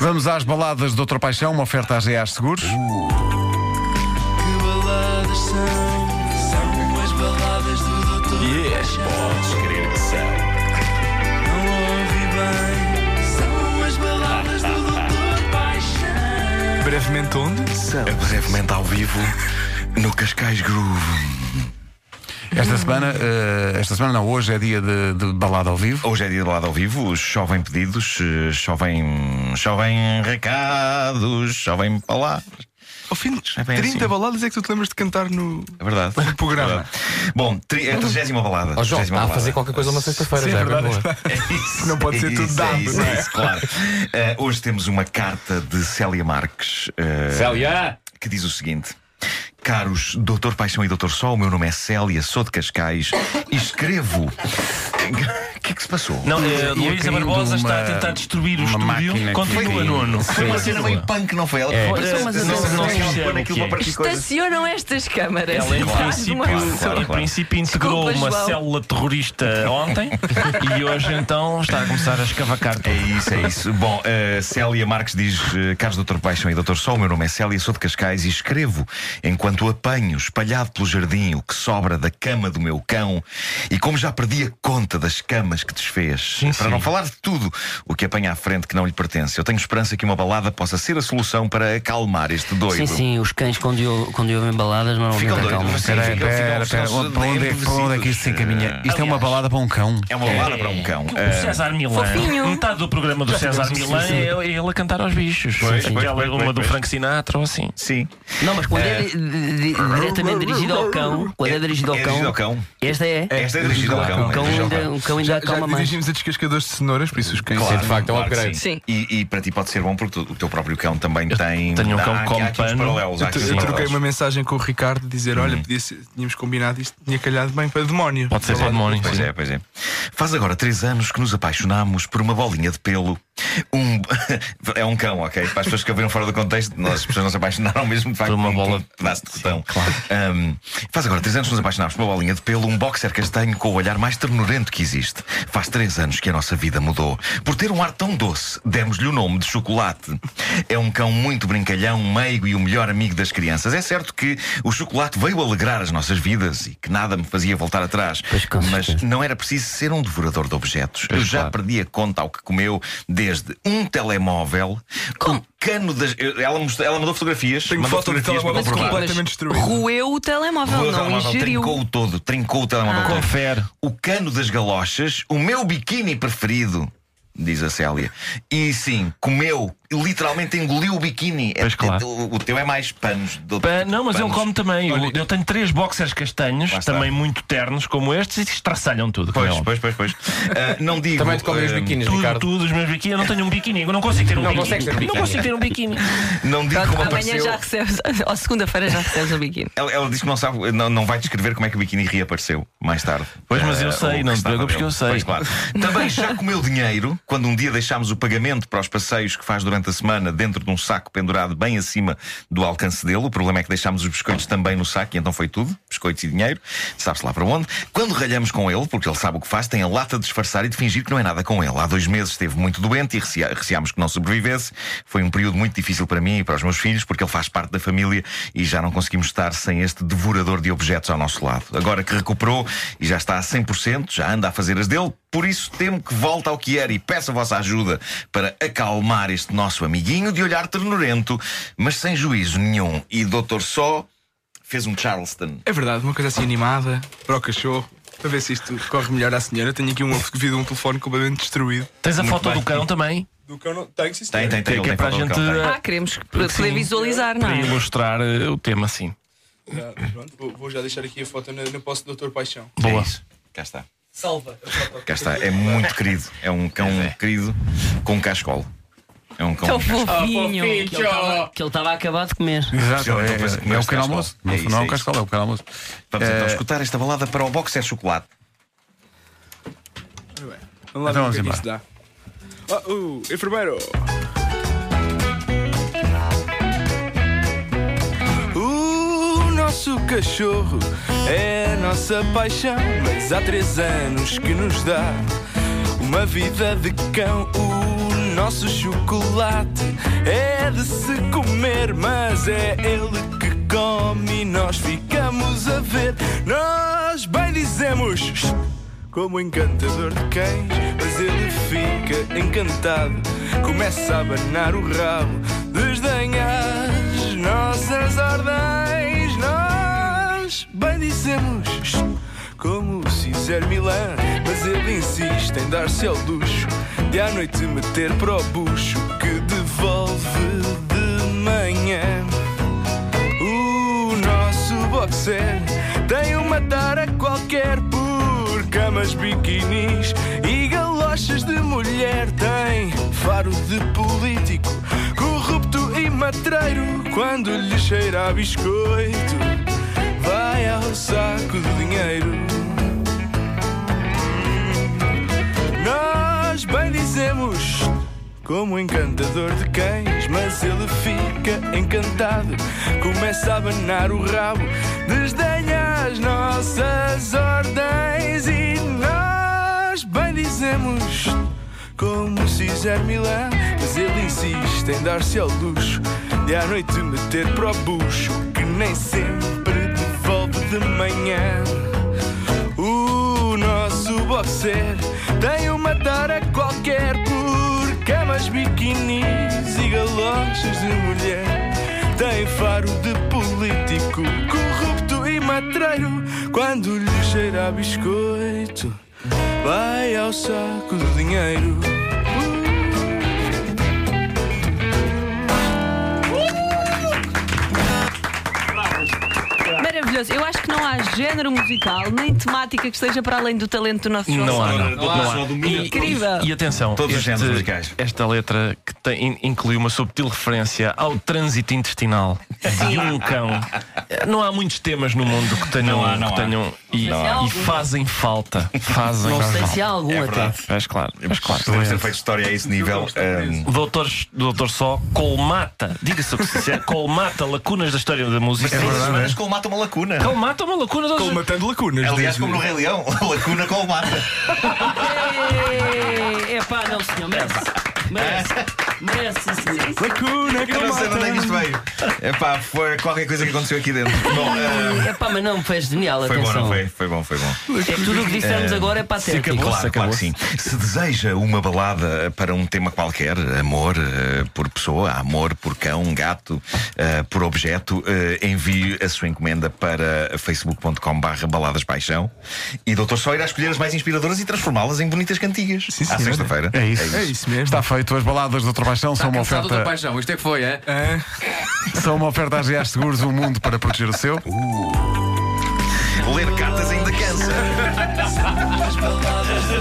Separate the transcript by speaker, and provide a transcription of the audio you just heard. Speaker 1: Vamos às baladas de outra paixão, uma oferta à GA Seguros.
Speaker 2: Que baladas são? São as baladas do Doutor Paixão.
Speaker 3: crer que são.
Speaker 2: Não ouvi bem. São as baladas do Doutor Paixão.
Speaker 4: Brevemente onde?
Speaker 3: Brevemente ao vivo, no Cascais Groove.
Speaker 1: Esta semana, eh, esta semana não, hoje é dia de, de balada ao vivo.
Speaker 3: Hoje é dia do lado ao vivo, chovem pedidos, eh, chovem, chovem recados, chovem palavras.
Speaker 4: Ao fim de
Speaker 3: É bem
Speaker 4: 30
Speaker 3: assim.
Speaker 4: baladas é que tu te lembras de cantar no.
Speaker 3: É verdade.
Speaker 4: Um programa.
Speaker 3: É verdade. Bom, tri- é a 30 balada.
Speaker 5: Ó João,
Speaker 3: 30ª
Speaker 5: está a fazer
Speaker 3: balada.
Speaker 5: qualquer coisa uma sexta-feira,
Speaker 4: Sim,
Speaker 5: já
Speaker 4: é
Speaker 5: é bem
Speaker 4: verdade,
Speaker 5: boa.
Speaker 3: É isso,
Speaker 4: Não pode
Speaker 3: é
Speaker 4: ser tudo
Speaker 3: isso,
Speaker 4: dado,
Speaker 3: É isso,
Speaker 4: não é?
Speaker 3: é isso, claro. Eh, hoje temos uma carta de Célia Marques. eh,
Speaker 5: Célia!
Speaker 3: que diz o seguinte. Caros Doutor Paixão e Doutor Sol, o meu nome é Célia, sou de Cascais e escrevo. O que é que se passou?
Speaker 6: Não, eh,
Speaker 1: Ia
Speaker 6: Luísa
Speaker 1: caindo
Speaker 6: Barbosa está a
Speaker 1: uma-
Speaker 6: tentar destruir o
Speaker 1: uma máquina
Speaker 6: estúdio.
Speaker 1: que
Speaker 6: Continua,
Speaker 1: caiu.
Speaker 6: nono.
Speaker 3: foi uma cena meio punk, não foi? Ela é.
Speaker 6: Mas
Speaker 3: não,
Speaker 6: são umas
Speaker 3: não, não se
Speaker 6: adolescentes.
Speaker 3: pôr naquilo para partir coisas.
Speaker 7: Estacionam estas câmaras.
Speaker 6: Ela, é em
Speaker 7: Faz
Speaker 6: princípio,
Speaker 7: uma-
Speaker 3: claro,
Speaker 6: em
Speaker 3: claro.
Speaker 6: princípio integrou
Speaker 7: Desculpa,
Speaker 6: uma
Speaker 7: João.
Speaker 6: célula terrorista ontem e hoje então está a começar a escavacar tudo.
Speaker 3: É isso, é isso. Bom, eh, Célia Marques diz: eh, Caros Doutor Paixão e Doutor Sol, o meu nome é Célia, sou de Cascais e escrevo enquanto apanho, espalhado pelo jardim, o que sobra da cama do meu cão e como já perdi a conta das camas que desfez. para não falar de tudo o que apanha à frente que não lhe pertence. Eu tenho esperança que uma balada possa ser a solução para acalmar este doido.
Speaker 8: Sim, sim, os cães quando, eu, quando ouvem baladas normalmente
Speaker 3: Ficam doidos,
Speaker 8: acalmam.
Speaker 3: mas
Speaker 1: Espera,
Speaker 3: Ah, sim, um ficam-
Speaker 1: espera,
Speaker 3: ficam-
Speaker 1: espera.
Speaker 3: são-
Speaker 1: Para onde é para onde é que isto se encaminha? Isto é uma balada para um cão.
Speaker 3: É uma balada para um cão.
Speaker 6: O
Speaker 3: Eh,
Speaker 6: César Milan,
Speaker 7: Fofinho. assim.
Speaker 6: metade do programa do César Milan é ele a cantar aos bichos.
Speaker 3: Pois, pois,
Speaker 6: Aquela
Speaker 3: pois,
Speaker 6: uma
Speaker 3: pois,
Speaker 6: do
Speaker 3: pois.
Speaker 6: Frank Sinatra ou assim.
Speaker 3: sim.
Speaker 8: Não, mas quando é, di- di- di- diretamente dirigido ao cão, quando é dirigido ao
Speaker 3: É
Speaker 8: cão,
Speaker 3: dirigido ao cão.
Speaker 8: esta é.
Speaker 3: Esta é dirigida ao cão.
Speaker 8: O
Speaker 3: é
Speaker 8: cão
Speaker 3: dirigida ao
Speaker 8: ainda, o cão ainda
Speaker 4: Já, já
Speaker 8: acalma mais.
Speaker 4: dirigimos a descascadores de cenouras, por isso os cães.
Speaker 3: Claro,
Speaker 5: de facto, é um
Speaker 3: claro que
Speaker 5: upgrade.
Speaker 7: Sim.
Speaker 3: E, e para ti pode ser bom porque tu- o teu próprio cão também tem.
Speaker 6: tenho um
Speaker 3: Há
Speaker 6: cão
Speaker 3: aqui-
Speaker 6: com
Speaker 3: há aqui uns
Speaker 6: pano.
Speaker 3: paralelos, há
Speaker 4: Eu,
Speaker 3: aqui
Speaker 4: tro-
Speaker 3: uns
Speaker 4: eu troquei
Speaker 3: paralelos.
Speaker 4: uma mensagem com o Ricardo de dizer: Olha, podia ser- tínhamos combinado isto, tinha calhado bem para demónio.
Speaker 6: Pode ser para demónio.
Speaker 3: Pois
Speaker 6: sim.
Speaker 3: é, pois é. Faz agora três anos que nos apaixonámos por uma bolinha de pelo. Um... é um cão, ok? Para as pessoas que ouviram fora do contexto, nós, as pessoas não se apaixonaram mesmo de facto,
Speaker 6: Por uma
Speaker 3: um-
Speaker 6: bola
Speaker 3: um
Speaker 6: de-
Speaker 3: pedaço de rotão. Claro. faz agora três anos que nos apaixonámos por uma bolinha de pelo, um boxer castanho com o olhar mais ternurento que existe. Faz três anos que a nossa vida mudou. Por ter um ar tão doce, demos-lhe o nome de chocolate. É um cão muito brincalhão, meigo e o melhor amigo das crianças. É certo que o chocolate veio alegrar as nossas vidas e que nada me fazia voltar atrás.
Speaker 8: Pois, com
Speaker 3: Mas
Speaker 8: certeza.
Speaker 3: não era preciso ser um devorador de objetos. Eu já perdi a conta ao que comeu desde um telemóvel, um cano das. eu- Ela, mostrou- ela mandou fotografias.
Speaker 4: Tenho
Speaker 3: mandou
Speaker 4: foto do
Speaker 3: fotografias para
Speaker 4: telemóvel
Speaker 3: comprovar.
Speaker 7: desculpa,
Speaker 4: completamente destruído.
Speaker 7: Roeu o telemóvel,
Speaker 3: Roeu o
Speaker 7: não
Speaker 3: telemóvel,
Speaker 7: ingeriu.
Speaker 3: Trincou o todo, trincou o telemóvel
Speaker 6: é.
Speaker 3: todo.
Speaker 6: Confere.
Speaker 3: O cano das galochas, o meu biquíni preferido. Diz a Célia. E sim, comeu, literalmente engoliu o biquíni. É-
Speaker 6: Pois, claro.
Speaker 3: o, o teu é mais panos. do-
Speaker 6: Pa- Não, mas ele
Speaker 3: panos.
Speaker 6: come também. Eu,
Speaker 4: Olha,
Speaker 6: eu tenho três boxers castanhos,
Speaker 3: Lá está.
Speaker 6: também muito ternos, como estes, e estraçalham tudo. é com
Speaker 3: Pois,
Speaker 6: ele.
Speaker 3: pois, pois, pois. Ah, não digo.
Speaker 5: Também te comem os
Speaker 3: ah,
Speaker 5: biquínis,
Speaker 6: Tudo,
Speaker 5: Ricardo.
Speaker 6: tudo, os meus biquíni. Eu não tenho um biquíni, eu não consigo ter um
Speaker 5: Não
Speaker 6: biquíni.
Speaker 5: consegues ter um
Speaker 6: não
Speaker 5: biquíni.
Speaker 6: consigo ter um biquíni.
Speaker 3: ah, Não digo como
Speaker 7: Amanhã
Speaker 3: apareceu.
Speaker 7: já recebes, ou segunda-feira já recebes o biquíni.
Speaker 3: Ela, ela diz que não sabe, não, não vai descrever como é que o biquíni reapareceu mais tarde.
Speaker 6: Pois, mas eu
Speaker 3: Eh,
Speaker 6: sei,
Speaker 3: o que
Speaker 6: não te
Speaker 3: estava
Speaker 6: preocupes que eu sei.
Speaker 3: Pois, claro. Também já comeu dinheiro quando um dia deixámos o pagamento para os passeios que faz durante a semana dentro de um saco pendurado bem acima do alcance dele. O problema é que deixámos os biscoitos também no saco e então foi tudo: biscoitos e dinheiro, sabe-se lá para onde. Quando ralhamos com ele, porque ele sabe o que faz, tem a lata de disfarçar e de fingir que não é nada com ele. Há dois meses esteve muito doente e recia- receámos que não sobrevivesse. Foi um período muito difícil para mim e para os meus filhos, porque ele faz parte da família e já não conseguimos estar sem este devorador de objetos ao nosso lado. Agora que recuperou e já está a 100%, já anda a fazer as dele, por isso temo que volte ao que era e peço a vossa ajuda para acalmar este nosso amiguinho de olhar ternurento, mas sem juízo nenhum. E Doutor Só fez um Charleston.
Speaker 4: É verdade, uma coisa assim animada para o cachorro, para ver se isto corre melhor à senhora. Tenho aqui um vídeo de um telefone completamente destruído.
Speaker 6: Tens a
Speaker 3: Muito
Speaker 6: foto
Speaker 3: bem.
Speaker 6: do cão também?
Speaker 4: Do cão não tenho, sim,
Speaker 3: Tem, tem, tem.
Speaker 6: Que é
Speaker 3: ele tem
Speaker 6: para a
Speaker 3: foto do
Speaker 6: gente-
Speaker 3: cão, tem.
Speaker 7: Ah, queremos poder
Speaker 6: Sim.
Speaker 7: visualizar, não
Speaker 6: Para
Speaker 7: é?
Speaker 6: ilustrar eh, o tema, sim.
Speaker 4: senhora. Ah, pronto, vou, vou já deixar aqui a foto na, na posse do Dr. Paixão.
Speaker 6: Boa.
Speaker 3: É isso. Cá está. Salva. Cá está. É muito querido. É um cão querido com um cascolo. É um cão.
Speaker 6: Ah,
Speaker 7: Tão
Speaker 3: com cascolo.
Speaker 7: fofinho.
Speaker 8: Que ele estava a acabar de comer.
Speaker 1: Exato,
Speaker 3: Sim,
Speaker 1: é,
Speaker 3: então,
Speaker 1: é
Speaker 3: pois, mas
Speaker 1: o pequeno
Speaker 3: cascola.
Speaker 1: almoço.
Speaker 3: É isso,
Speaker 1: Não é o
Speaker 3: é isso.
Speaker 1: cascola, é o pequeno almoço.
Speaker 3: Vamos então
Speaker 1: Eh,
Speaker 3: escutar esta balada para o boxer chocolate.
Speaker 4: Vamos
Speaker 1: Então
Speaker 4: lá
Speaker 1: vamos
Speaker 4: ver o que é que
Speaker 1: embora.
Speaker 4: isso dá. Ah, uh, enfermeiro! O nosso cachorro é a nossa paixão, mas há três anos que nos dá uma vida de cão. O
Speaker 2: nosso chocolate é de se comer, mas é ele que come e nós ficamos a ver. Nós bem dizemos como encantador de cães, mas ele fica encantado, começa a abanar o rabo, desdenhar as nossas ordens. Nós bem dizemos como o César Milan, mas ele insiste em dar-se ao luxo de à noite meter para o bucho que devolve de manhã. O nosso boxer tem uma tara qualquer por camas biquinis e galochas de mulher. Tem faro de político, corrupto e matreiro. Quando lhe cheira a biscoito, vai ao saco de dinheiro. Nós bem dizemos como encantador de cães, mas ele fica encantado, começa a abanar o rabo, desdenha as nossas ordens e nós bem dizemos como César Milan, mas ele insiste em dar-se ao luxo de à noite meter para o bucho que nem sempre devolve de manhã. O nosso boxer tem uma tara qualquer por camas, biquinis e galochas de mulher. Tem faro de político, corrupto e matreiro. Quando lhe cheira a biscoito, vai ao saco do dinheiro.
Speaker 7: Maravilhoso. Eu acho que não há género musical nem temática que esteja para além do talento do nosso João
Speaker 6: Não há,
Speaker 7: Sá.
Speaker 6: não.
Speaker 3: Não há. domina
Speaker 7: Incrível.
Speaker 6: E atenção,
Speaker 3: Todos os
Speaker 6: este-
Speaker 3: géneros musicais.
Speaker 6: esta letra que tem- in- inclui uma subtil referência ao trânsito intestinal de um cão. Eh, Não há muitos temas no mundo que tenham,
Speaker 3: Não há, não
Speaker 6: que
Speaker 3: há.
Speaker 6: tenham e,
Speaker 7: Não há.
Speaker 6: e fazem falta. Fazem
Speaker 8: Tem
Speaker 6: falta.
Speaker 8: se há algum até.
Speaker 6: Mas claro, mas é. claro.
Speaker 3: Podemos ter feito história a esse nível. ehm, Ahm,
Speaker 6: O doutor, o doutor só colmata, diga-se o que se disser, colmata lacunas da história da música.
Speaker 3: todas as semanas colmata é uma lacuna.
Speaker 6: Colmata é uma lacuna da
Speaker 4: Colmatando lacunas.
Speaker 3: Aliás,
Speaker 4: diz-me.
Speaker 3: como no Rei Leão, a lacuna colmata.
Speaker 8: É pá, não senhor, merece. Merece. Merece, sim, senhor.
Speaker 4: Lacuna,
Speaker 3: Eu não sei de onde é que isto veio. Epá, foi qualquer coisa que aconteceu aqui dentro. Bom, ahm,
Speaker 8: É pá, mas não, foi genial,
Speaker 3: foi bom,
Speaker 8: atenção.
Speaker 3: não foi? Foi bom, foi bom.
Speaker 8: É tudo o que dissemos agora é patético.
Speaker 3: Claro, claro que sim. Se deseja uma balada para um tema qualquer, amor eh, por pessoa, amor por cão, gato, eh, por objeto, eh, envie a sua encomenda para facebook.com/barra baladaspaixão e doutor só irá escolher as mais inspiradoras e transformá-las em bonitas cantigas.
Speaker 4: Sim,
Speaker 3: à
Speaker 4: senhora.
Speaker 3: sexta-feira.
Speaker 1: É isso.
Speaker 4: É isso mesmo.
Speaker 1: Está feito, as baladas da Paixão são uma
Speaker 5: Cansado da
Speaker 1: oferta.
Speaker 5: paixão, isto é que foi, é?
Speaker 4: Ah,
Speaker 1: São uma oferta às GAs Seguros, um mundo para proteger o seu.
Speaker 3: Ler cartas ainda cansa. é?
Speaker 2: As baladas do